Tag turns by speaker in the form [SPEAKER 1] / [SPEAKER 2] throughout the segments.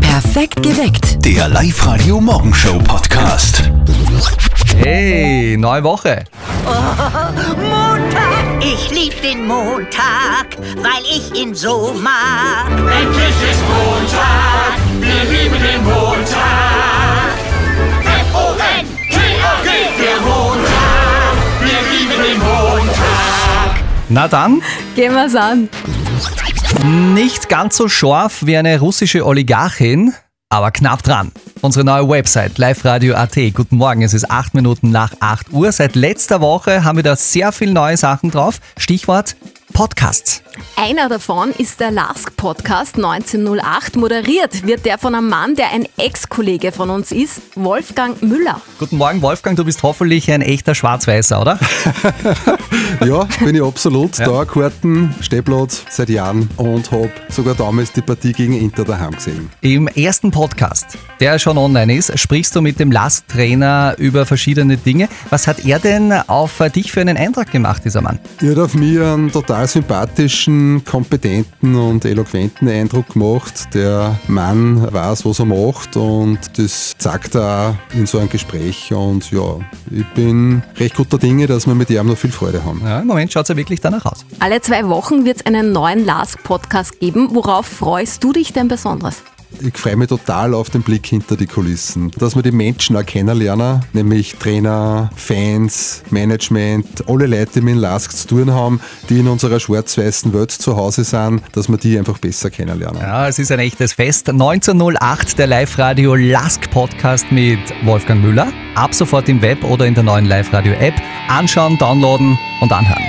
[SPEAKER 1] Perfekt geweckt.
[SPEAKER 2] Der Live-Radio Morgenshow Podcast.
[SPEAKER 3] Hey, neue Woche.
[SPEAKER 4] Montag, ich lieb den Montag, weil ich ihn so mag.
[SPEAKER 5] Endlich ist Montag, wir lieben den Montag. F-O-N-T-A-G, der Montag, wir lieben den Montag.
[SPEAKER 3] Na dann,
[SPEAKER 6] Gehen wir's an.
[SPEAKER 3] nicht ganz so scharf wie eine russische Oligarchin, aber knapp dran. Unsere neue Website, liveradio.at. Guten Morgen, es ist acht Minuten nach 8 Uhr. Seit letzter Woche haben wir da sehr viel neue Sachen drauf. Stichwort Podcasts.
[SPEAKER 6] Einer davon ist der Lask-Podcast 1908. Moderiert wird der von einem Mann, der ein Ex-Kollege von uns ist, Wolfgang Müller.
[SPEAKER 3] Guten Morgen, Wolfgang, du bist hoffentlich ein echter Schwarz-Weißer, oder?
[SPEAKER 7] Ja, bin ich absolut. Dauerkarten, Stehplatz seit Jahren und habe sogar damals die Partie gegen Inter daheim gesehen.
[SPEAKER 3] Im ersten Podcast, der schon online ist, sprichst du mit dem Lasttrainer über verschiedene Dinge. Was hat er denn auf äh, dich für einen Eindruck gemacht, dieser Mann?
[SPEAKER 7] Ihr hat auf mich einen total sympathischen, kompetenten und eloquenten Eindruck gemacht. Der Mann weiß, was er macht und das zeigt er auch in so einem Gespräch. Und ja, ich bin recht guter Dinge, dass wir mit ihm noch viel Freude haben.
[SPEAKER 3] Ja, Im Moment schaut es ja wirklich danach aus.
[SPEAKER 6] Alle zwei Wochen wird's einen neuen Lask-Podcast geben. Worauf freust du dich denn besonders?
[SPEAKER 7] Ich freue mich total auf den Blick hinter die Kulissen, dass wir die Menschen auch kennenlernen, nämlich Trainer, Fans, Management, alle Leute, die mit dem Lask zu tun haben, die in unserer schwarz-weißen Welt zu Hause sind, dass wir die einfach besser kennenlernen.
[SPEAKER 3] Ja, es ist ein echtes Fest. 1908, der Live-Radio Lask-Podcast mit Wolfgang Müller. Ab sofort im Web oder in der neuen Live-Radio-App. Anschauen, downloaden und anhören.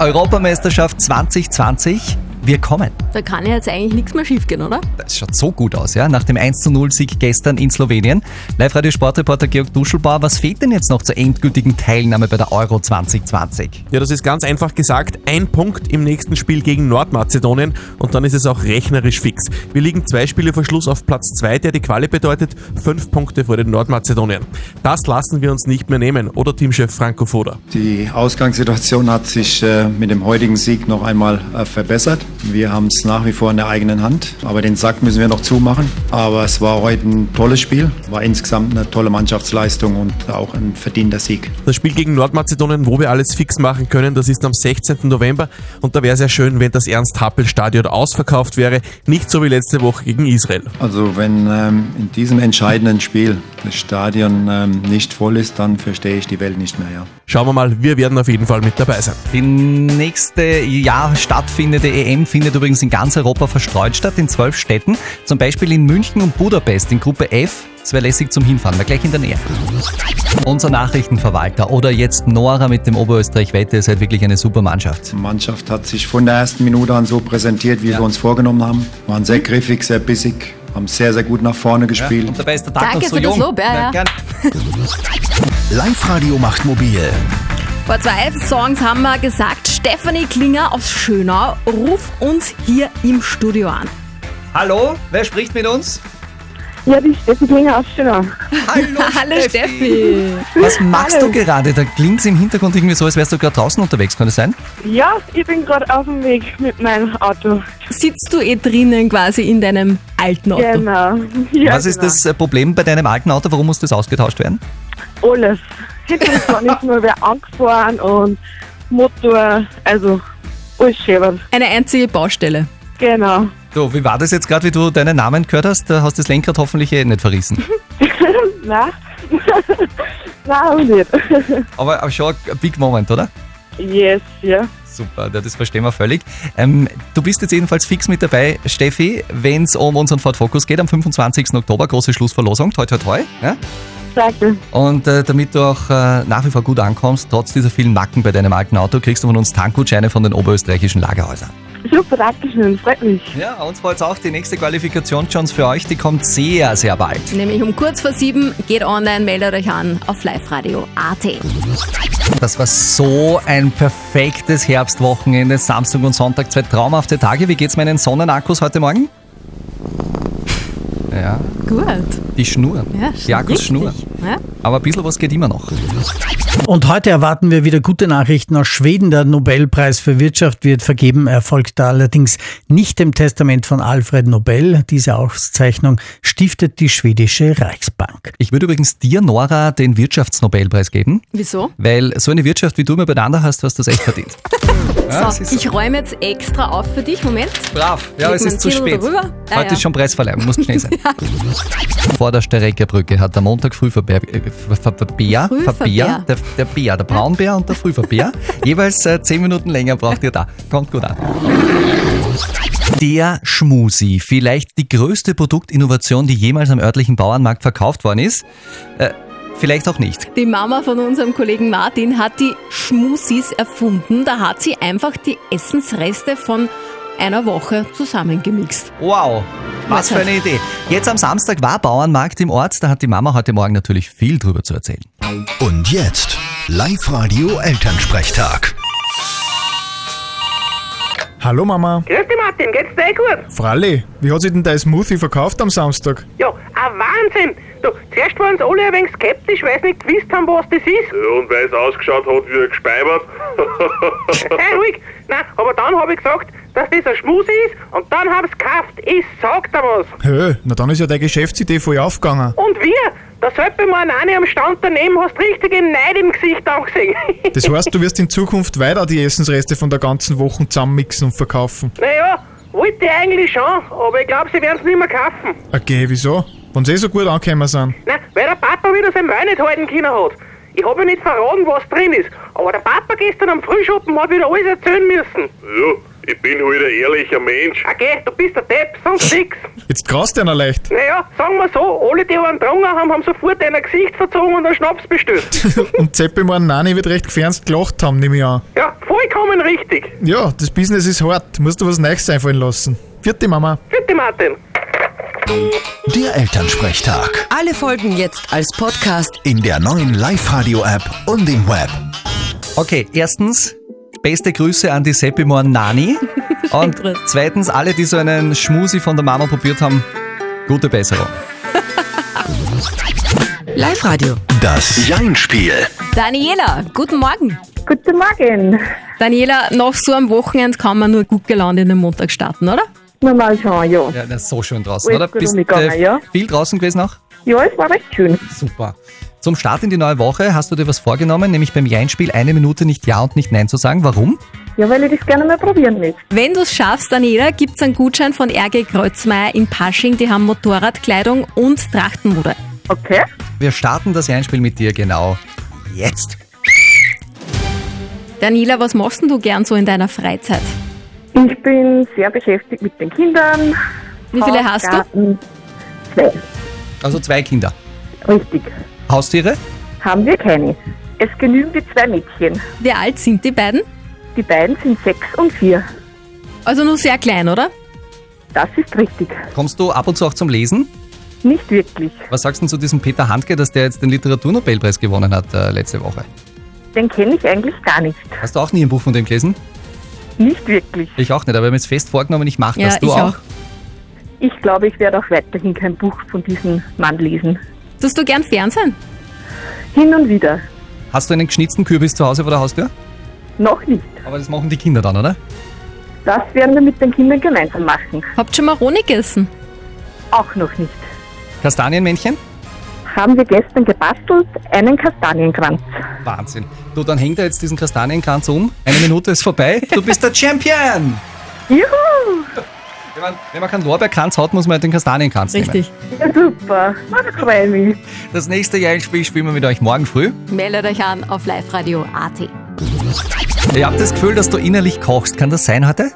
[SPEAKER 3] Europameisterschaft 2020. Wir kommen.
[SPEAKER 6] Da kann ja jetzt eigentlich nichts mehr schiefgehen, oder?
[SPEAKER 3] Das schaut so gut aus, ja, nach dem 1-0-Sieg gestern in Slowenien. Live-Radio-Sportreporter Georg Duschelbauer, was fehlt denn jetzt noch zur endgültigen Teilnahme bei der Euro 2020?
[SPEAKER 8] Ja, das ist ganz einfach gesagt. Ein Punkt im nächsten Spiel gegen Nordmazedonien und dann ist es auch rechnerisch fix. Wir liegen zwei Spiele vor Schluss auf Platz 2, der die Quali bedeutet, fünf Punkte vor den Nordmazedoniern. Das lassen wir uns nicht mehr nehmen, oder Teamchef Franco Foda?
[SPEAKER 9] Die Ausgangssituation hat sich äh, mit dem heutigen Sieg noch einmal äh, verbessert. Wir haben es nach wie vor in der eigenen Hand, aber den Sack müssen wir noch zumachen. Aber es war heute ein tolles Spiel, war insgesamt eine tolle Mannschaftsleistung und auch ein verdienter Sieg.
[SPEAKER 8] Das Spiel gegen Nordmazedonien, wo wir alles fix machen können, das ist am 16. November und da wäre sehr schön, wenn das Ernst-Happel-Stadion ausverkauft wäre, nicht so wie letzte Woche gegen Israel.
[SPEAKER 9] Also wenn ähm, in diesem entscheidenden Spiel das Stadion ähm, nicht voll ist, dann verstehe ich die Welt nicht mehr. Ja.
[SPEAKER 8] Schauen wir mal, wir werden auf jeden Fall mit dabei sein.
[SPEAKER 3] Die nächste Jahr stattfindende EM findet übrigens in ganz Europa verstreut statt, in zwölf Städten, zum Beispiel in München und Budapest in Gruppe F. Es wäre lässig zum Hinfahren, wäre gleich in der Nähe. Unser Nachrichtenverwalter oder jetzt Nora mit dem Oberösterreich-Wette ist halt wirklich eine super Mannschaft.
[SPEAKER 9] Die Mannschaft hat sich von der ersten Minute an so präsentiert, wie wir uns vorgenommen haben. Waren sehr griffig, sehr bissig, haben sehr, sehr gut nach vorne gespielt.
[SPEAKER 3] Und dabei ist der Tag
[SPEAKER 6] Danke
[SPEAKER 3] noch so
[SPEAKER 6] für das
[SPEAKER 3] jung.
[SPEAKER 6] Lob, ja,
[SPEAKER 3] Na,
[SPEAKER 6] ja.
[SPEAKER 3] gern.
[SPEAKER 2] Live-Radio macht mobil.
[SPEAKER 6] Vor zwei Songs haben wir gesagt, Stefanie Klinger aus Schönau ruft uns hier im Studio an.
[SPEAKER 3] Hallo, wer spricht mit uns?
[SPEAKER 10] Ja, die Steffi Klinger aus Schönau.
[SPEAKER 3] Hallo,
[SPEAKER 6] Hallo Steffi.
[SPEAKER 3] Was machst du gerade? Da klingt es im Hintergrund irgendwie so, als wärst du gerade draußen unterwegs, kann das sein?
[SPEAKER 10] Ja, ich bin gerade auf dem Weg mit meinem Auto.
[SPEAKER 6] Sitzt du eh drinnen quasi in deinem alten Auto?
[SPEAKER 10] Genau. Ja,
[SPEAKER 3] Was ist
[SPEAKER 10] genau.
[SPEAKER 3] das äh, Problem bei deinem alten Auto? Warum muss das ausgetauscht werden?
[SPEAKER 10] Alles. Hinten kann nicht mehr wer angefahren und Motor, also alles schäbert.
[SPEAKER 6] Eine einzige Baustelle.
[SPEAKER 10] Genau.
[SPEAKER 3] So, wie war das jetzt gerade, wie du deinen Namen gehört hast? Da hast du das Lenkrad hoffentlich eh nicht verrissen.
[SPEAKER 10] Nein. Nein, auch nicht.
[SPEAKER 3] Aber, aber schon ein Big Moment, oder?
[SPEAKER 10] Yes, ja.
[SPEAKER 3] Super, ja, das verstehen wir völlig. Ähm, du bist jetzt jedenfalls fix mit dabei, Steffi, wenn es um unseren Ford Focus geht, am 25. Oktober, große Schlussverlosung, toi toi toi. Ja?
[SPEAKER 10] Danke.
[SPEAKER 3] Und äh, damit du auch äh, nach wie vor gut ankommst, trotz dieser vielen Macken bei deinem alten Auto, kriegst du von uns Tankgutscheine von den oberösterreichischen Lagerhäusern.
[SPEAKER 10] Super, danke schön. Freut mich.
[SPEAKER 3] Ja, uns freut's auch. Die nächste Qualifikation, Jones, für euch, die kommt sehr, sehr bald.
[SPEAKER 6] Nämlich um kurz vor sieben. Geht online, meldet euch an auf liveradio.at.
[SPEAKER 3] Das war so ein perfektes Herbstwochenende. Samstag und Sonntag, zwei traumhafte Tage. Wie geht's meinen Sonnenakkus heute Morgen? Ja,
[SPEAKER 6] Gut.
[SPEAKER 3] die Schnur.
[SPEAKER 6] Ja,
[SPEAKER 3] Jakobs
[SPEAKER 6] richtig.
[SPEAKER 3] Schnur.
[SPEAKER 6] Ja.
[SPEAKER 3] Aber ein bisschen was geht immer noch.
[SPEAKER 1] Und heute erwarten wir wieder gute Nachrichten aus Schweden. Der Nobelpreis für Wirtschaft wird vergeben, erfolgt da allerdings nicht dem Testament von Alfred Nobel. Diese Auszeichnung stiftet die schwedische Reichsbank.
[SPEAKER 3] Ich würde übrigens dir, Nora, den Wirtschaftsnobelpreis geben,
[SPEAKER 6] Wieso?
[SPEAKER 3] weil so eine Wirtschaft, wie du immer beieinander hast, hast du das echt verdient. Ja, es
[SPEAKER 6] so,
[SPEAKER 3] ist so.
[SPEAKER 6] ich räume jetzt extra auf für dich. Moment.
[SPEAKER 3] Brav, ja,
[SPEAKER 6] Leg
[SPEAKER 3] es
[SPEAKER 6] meinen
[SPEAKER 3] ist zu
[SPEAKER 6] Zettel
[SPEAKER 3] spät.
[SPEAKER 6] drüber. Ah,
[SPEAKER 3] Heute
[SPEAKER 6] ja.
[SPEAKER 3] ist schon Preisverleihung, muss schnell sein. Vor der Sterekerbrücke hat der Montag früh Verbeer, äh, Ver- Ver- Verbeer,
[SPEAKER 6] Frühverbeer.
[SPEAKER 3] Verbeer, der, der Bär, der Braunbär und der Frühverbeer, jeweils äh, zehn Minuten länger braucht ihr da. Kommt gut an. Der Schmusi, vielleicht die größte Produktinnovation, die jemals am örtlichen Bauernmarkt verkauft worden ist. Äh, vielleicht auch nicht.
[SPEAKER 6] Die Mama von unserem Kollegen Martin hat die Schmusis erfunden. Da hat sie einfach die Essensreste von einer Woche zusammengemixt.
[SPEAKER 3] Wow, was für eine Idee. Jetzt am Samstag war Bauernmarkt im Ort, da hat die Mama heute Morgen natürlich viel drüber zu erzählen.
[SPEAKER 2] Und jetzt Live-Radio Elternsprechtag.
[SPEAKER 11] Hallo Mama.
[SPEAKER 10] Grüß dich, Martin, geht's dir eh gut?
[SPEAKER 11] Fralli, wie hat sich denn dein Smoothie verkauft am Samstag?
[SPEAKER 10] Ja, ein Wahnsinn! Du, zuerst waren sie alle ein wenig skeptisch, weil sie nicht gewusst haben, was das ist.
[SPEAKER 5] Und weil es ausgeschaut hat wie ein Gespeibert.
[SPEAKER 10] Hey, ruhig! Nein, aber dann habe ich gesagt, dass das ein Schmus ist und dann haben sie gekauft. Ich sag dir was!
[SPEAKER 11] Hö, na dann ist ja deine Geschäftsidee voll aufgegangen.
[SPEAKER 10] Und wir, da sollte man eine am Stand daneben, hast richtig im Neid im Gesicht angesehen.
[SPEAKER 11] Das heißt, du wirst in Zukunft weiter die Essensreste von der ganzen Woche zusammenmixen und verkaufen.
[SPEAKER 10] naja, wollte ich eigentlich schon, aber ich glaube, sie werden es nicht mehr kaufen.
[SPEAKER 11] Okay, Äh, wieso? Wenn sie eh so gut angekommen sind.
[SPEAKER 10] Nein, weil der Papa wieder sein Wein nicht halten können hat. Ich habe ja nicht verraten, was drin ist, aber der Papa gestern am Frühschoppen hat wieder alles erzählen müssen.
[SPEAKER 5] ja, ich bin halt ein ehrlicher Mensch.
[SPEAKER 10] Okay, du bist der Depp, sonst nix.
[SPEAKER 11] Jetzt graust einer leicht.
[SPEAKER 10] Naja, sagen wir so, alle, die einen getrunken haben, haben sofort ein Gesicht verzogen und einen Schnaps bestellt.
[SPEAKER 11] Und Zeppi Mann Nani wird recht gefernst gelacht haben, nehme ich an.
[SPEAKER 10] Ja, vollkommen richtig.
[SPEAKER 11] Ja, das Business ist hart. Musst du was Neues einfallen lassen. Vierte Mama.
[SPEAKER 10] Bitte, Martin.
[SPEAKER 2] Der Elternsprechtag.
[SPEAKER 12] Alle Folgen jetzt als Podcast.
[SPEAKER 2] In der neuen Live-Radio-App und im Web.
[SPEAKER 3] Okay, erstens, beste Grüße an die Seppimor Nani. Und
[SPEAKER 6] Schön grüß.
[SPEAKER 3] zweitens, alle, die so einen Schmusi von der Mama probiert haben, gute Besserung.
[SPEAKER 12] Live-Radio.
[SPEAKER 2] Das Jein-Spiel.
[SPEAKER 6] Daniela, guten Morgen.
[SPEAKER 10] Guten Morgen.
[SPEAKER 6] Daniela, nach so einem Wochenende kann man nur gut gelaunt in den Montag starten, oder?
[SPEAKER 10] Normal schon, ja.
[SPEAKER 3] Ja, na, so schön draußen, oder?
[SPEAKER 10] Alles Oh.
[SPEAKER 3] äh,
[SPEAKER 10] gut umgegangen, ja.
[SPEAKER 3] viel draußen gewesen auch?
[SPEAKER 10] Ja, es war recht schön.
[SPEAKER 3] Super. Zum Start in die neue Woche hast du dir was vorgenommen, nämlich beim Jein-Spiel eine Minute nicht Ja und nicht Nein zu sagen. Warum?
[SPEAKER 10] Ja, weil ich das gerne mal probieren möchte.
[SPEAKER 6] Wenn du es schaffst, Daniela, gibt es einen Gutschein von RG Kreuzmeier in Pasching. Die haben Motorradkleidung und Trachtenmode.
[SPEAKER 10] Okay.
[SPEAKER 3] Wir starten das Jein-Spiel mit dir genau jetzt.
[SPEAKER 6] Daniela, was machst denn du gern so in deiner Freizeit?
[SPEAKER 10] Ich bin sehr beschäftigt mit den Kindern.
[SPEAKER 6] Wie viele hast du?
[SPEAKER 10] du? Zwei.
[SPEAKER 3] Also zwei Kinder.
[SPEAKER 10] Richtig.
[SPEAKER 3] Haustiere?
[SPEAKER 10] Haben wir keine. Es genügen die zwei Mädchen.
[SPEAKER 6] Wie alt sind die beiden?
[SPEAKER 10] Die beiden sind sechs und vier.
[SPEAKER 6] Also nur sehr klein, oder?
[SPEAKER 10] Das ist richtig.
[SPEAKER 3] Kommst du ab und zu auch zum Lesen?
[SPEAKER 10] Nicht wirklich.
[SPEAKER 3] Was sagst du zu diesem Peter Handke, dass der jetzt den Literaturnobelpreis gewonnen hat äh, letzte Woche?
[SPEAKER 10] Den kenne ich eigentlich gar nicht.
[SPEAKER 3] Hast du auch nie ein Buch von dem gelesen?
[SPEAKER 10] Nicht wirklich.
[SPEAKER 3] Ich auch nicht, aber ich habe mir jetzt fest vorgenommen, ich mache
[SPEAKER 6] Ja,
[SPEAKER 3] das. Du
[SPEAKER 6] ich
[SPEAKER 3] auch?
[SPEAKER 6] auch.
[SPEAKER 10] Ich glaube, ich werde auch weiterhin kein Buch von diesem Mann lesen.
[SPEAKER 6] Tust du gern Fernsehen?
[SPEAKER 10] Hin und wieder.
[SPEAKER 3] Hast du einen geschnitzten Kürbis zu Hause vor der Haustür?
[SPEAKER 10] Noch nicht.
[SPEAKER 3] Aber das machen die Kinder dann, oder?
[SPEAKER 10] Das werden wir mit den Kindern gemeinsam machen.
[SPEAKER 6] Habt schon mal Honig gegessen?
[SPEAKER 10] Auch noch nicht.
[SPEAKER 3] Kastanienmännchen?
[SPEAKER 10] Haben wir gestern gebastelt einen Kastanienkranz.
[SPEAKER 3] Wahnsinn. Du, dann hängt er jetzt diesen Kastanienkranz um. Eine Minute ist vorbei. Du bist der Champion!
[SPEAKER 10] Juhu!
[SPEAKER 3] Wenn man, wenn man keinen Lorbeerkranz hat, muss man halt den Kastanienkranz nehmen.
[SPEAKER 10] Ja, super. Das freue mich.
[SPEAKER 3] Das nächste Jahrspiel spielen wir mit euch morgen früh.
[SPEAKER 6] Meldet euch an auf liveradio.at.
[SPEAKER 3] Ihr habt das Gefühl, dass du innerlich kochst. Kann das sein heute?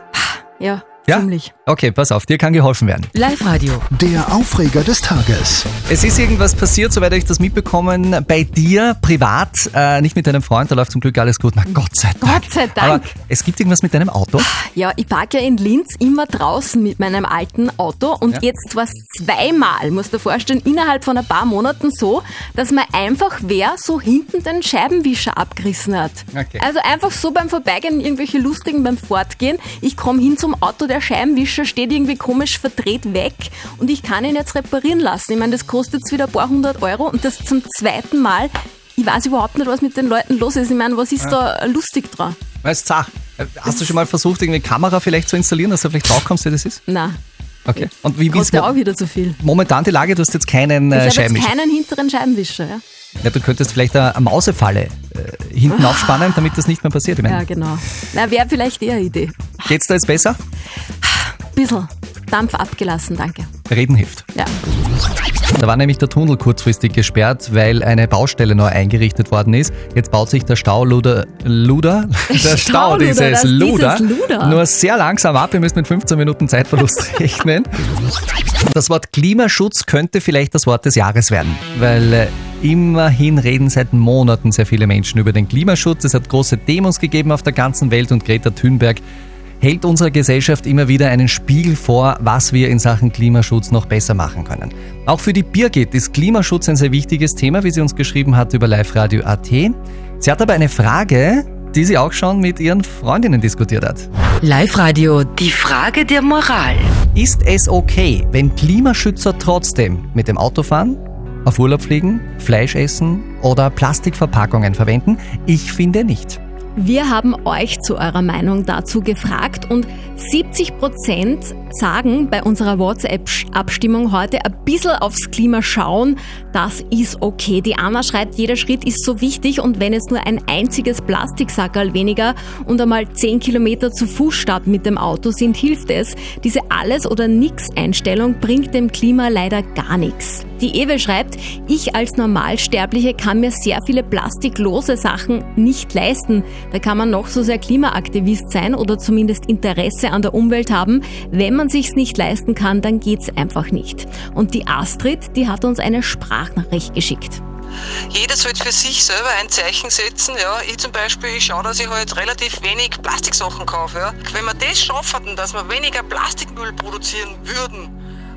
[SPEAKER 6] Ja,
[SPEAKER 3] Ja?
[SPEAKER 6] ziemlich.
[SPEAKER 3] Okay, pass auf, dir kann geholfen werden.
[SPEAKER 12] Live-Radio.
[SPEAKER 2] Der Aufreger des Tages.
[SPEAKER 3] Es ist irgendwas passiert, soweit ich das mitbekommen, bei dir privat, äh, nicht mit deinem Freund, da läuft zum Glück alles gut. Na Gott sei Dank.
[SPEAKER 6] Gott sei Dank. Ah.
[SPEAKER 3] Aber es gibt irgendwas mit deinem Auto.
[SPEAKER 6] Ja, ich parke ja in Linz immer draußen mit meinem alten Auto und
[SPEAKER 3] Ja.
[SPEAKER 6] jetzt war es zweimal, musst du dir vorstellen, innerhalb von ein paar Monaten so, dass mir einfach wer so hinten den Scheibenwischer abgerissen hat.
[SPEAKER 3] Okay.
[SPEAKER 6] Also einfach so beim Vorbeigehen, irgendwelche Lustigen beim Fortgehen. Ich komme hin zum Auto, der der Scheibenwischer steht irgendwie komisch verdreht weg und ich kann ihn jetzt reparieren lassen. Ich meine, das kostet jetzt wieder ein paar hundert Euro und das zum zweiten Mal. Ich weiß überhaupt nicht, was mit den Leuten los ist. Ich meine, was ist
[SPEAKER 3] Ja.
[SPEAKER 6] da lustig dran?
[SPEAKER 3] Weißt du, äh, hast du schon mal versucht, irgendeine Kamera vielleicht zu installieren, dass du vielleicht draufkommst, wie das ist?
[SPEAKER 6] Na,
[SPEAKER 3] Okay. Und wie wie ist
[SPEAKER 6] kostet ja auch
[SPEAKER 3] mo
[SPEAKER 6] wieder zu viel.
[SPEAKER 3] momentan die Lage? Du hast jetzt keinen äh,
[SPEAKER 6] ich habe jetzt
[SPEAKER 3] Scheibenwischer.
[SPEAKER 6] keinen hinteren Scheibenwischer. Ja,
[SPEAKER 3] Ja, du könntest vielleicht eine eine Mausefalle äh, hinten
[SPEAKER 6] Ah.
[SPEAKER 3] aufspannen, damit das nicht mehr passiert. Ich
[SPEAKER 6] ja
[SPEAKER 3] meine,
[SPEAKER 6] genau. Na, wäre vielleicht eher eine Idee.
[SPEAKER 3] geht's da jetzt besser?
[SPEAKER 6] Bissl Dampf abgelassen, danke.
[SPEAKER 3] Reden hilft.
[SPEAKER 6] Ja.
[SPEAKER 3] Da war nämlich der Tunnel kurzfristig gesperrt, weil eine Baustelle neu eingerichtet worden ist. Jetzt baut sich der Stau Luder, Luder? Der Stau
[SPEAKER 13] Stauluder,
[SPEAKER 3] dieses
[SPEAKER 13] das-
[SPEAKER 3] Luder,
[SPEAKER 13] dieses Luder.
[SPEAKER 3] nur sehr langsam ab. Ihr müsst mit 15 Minuten Zeitverlust rechnen. Das Wort Klimaschutz könnte vielleicht das Wort des Jahres werden, weil äh, immerhin reden seit Monaten sehr viele Menschen über den Klimaschutz. Es hat große Demos gegeben auf der ganzen Welt und Greta Thunberg hält unserer Gesellschaft immer wieder einen Spiegel vor, was wir in Sachen Klimaschutz noch besser machen können. Auch für die Birgit ist Klimaschutz ein sehr wichtiges Thema, wie sie uns geschrieben hat über Live Radio AT. Sie hat aber eine Frage, die sie auch schon mit ihren Freundinnen diskutiert hat.
[SPEAKER 12] Live Radio, die Frage der Moral.
[SPEAKER 3] Ist es okay, wenn Klimaschützer trotzdem mit dem Auto fahren, auf Urlaub fliegen, Fleisch essen oder Plastikverpackungen verwenden? Ich finde nicht.
[SPEAKER 6] Wir haben euch zu eurer Meinung dazu gefragt und 70% sagen bei unserer WhatsApp-Abstimmung heute ein bisschen aufs Klima schauen. Das ist okay. Die Anna schreibt, jeder Schritt ist so wichtig und wenn es nur ein einziges Plastiksackerl weniger und einmal 10 Kilometer zu Fuß statt mit dem Auto sind, hilft es. Diese Alles- oder Nix-Einstellung bringt dem Klima leider gar nichts. Die Ewe schreibt, ich als Normalsterbliche kann mir sehr viele plastiklose Sachen nicht leisten. Da kann man noch so sehr Klimaaktivist sein oder zumindest Interesse an der Umwelt haben. Wenn man sich's nicht leisten kann, dann geht's einfach nicht. Und die Astrid, die hat uns eine Sprachnachricht geschickt.
[SPEAKER 10] Jeder sollte für sich selber ein Zeichen setzen. Ja. Ich zum Beispiel, ich schaue, dass ich halt relativ wenig Plastiksachen kaufe. Ja. Wenn wir das schaffen, dass wir weniger Plastikmüll produzieren würden,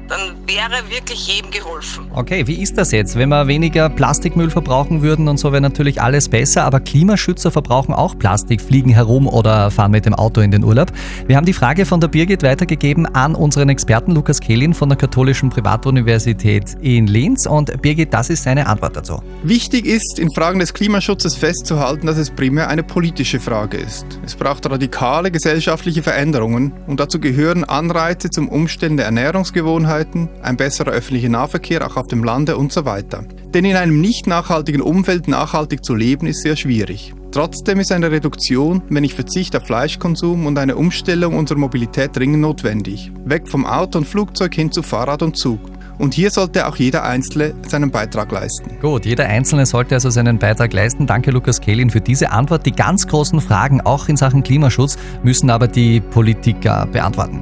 [SPEAKER 10] dann wäre wirklich jedem geholfen.
[SPEAKER 3] Okay, wie ist das jetzt? Wenn wir weniger Plastikmüll verbrauchen würden und so wäre natürlich alles besser, aber Klimaschützer verbrauchen auch Plastik, fliegen herum oder fahren mit dem Auto in den Urlaub. Wir haben die Frage von der Birgit weitergegeben an unseren Experten Lukas Kehlin von der Katholischen Privatuniversität in Linz und Birgit, das ist seine Antwort dazu.
[SPEAKER 7] Wichtig ist, in Fragen des Klimaschutzes festzuhalten, dass es primär eine politische Frage ist. Es braucht radikale gesellschaftliche Veränderungen und dazu gehören Anreize zum Umstellen der Ernährungsgewohnheiten, ein besserer öffentlicher Nahverkehr auch auf dem Lande und so weiter. Denn in einem nicht nachhaltigen Umfeld nachhaltig zu leben ist sehr schwierig. Trotzdem ist eine Reduktion, wenn nicht Verzicht auf Fleischkonsum und eine Umstellung unserer Mobilität dringend notwendig. Weg vom Auto und Flugzeug hin zu Fahrrad und Zug. Und hier sollte auch jeder Einzelne seinen Beitrag leisten.
[SPEAKER 3] Gut, jeder Einzelne sollte also seinen Beitrag leisten. Danke Lukas Kehlin für diese Antwort. Die ganz großen Fragen, auch in Sachen Klimaschutz, müssen aber die Politiker beantworten.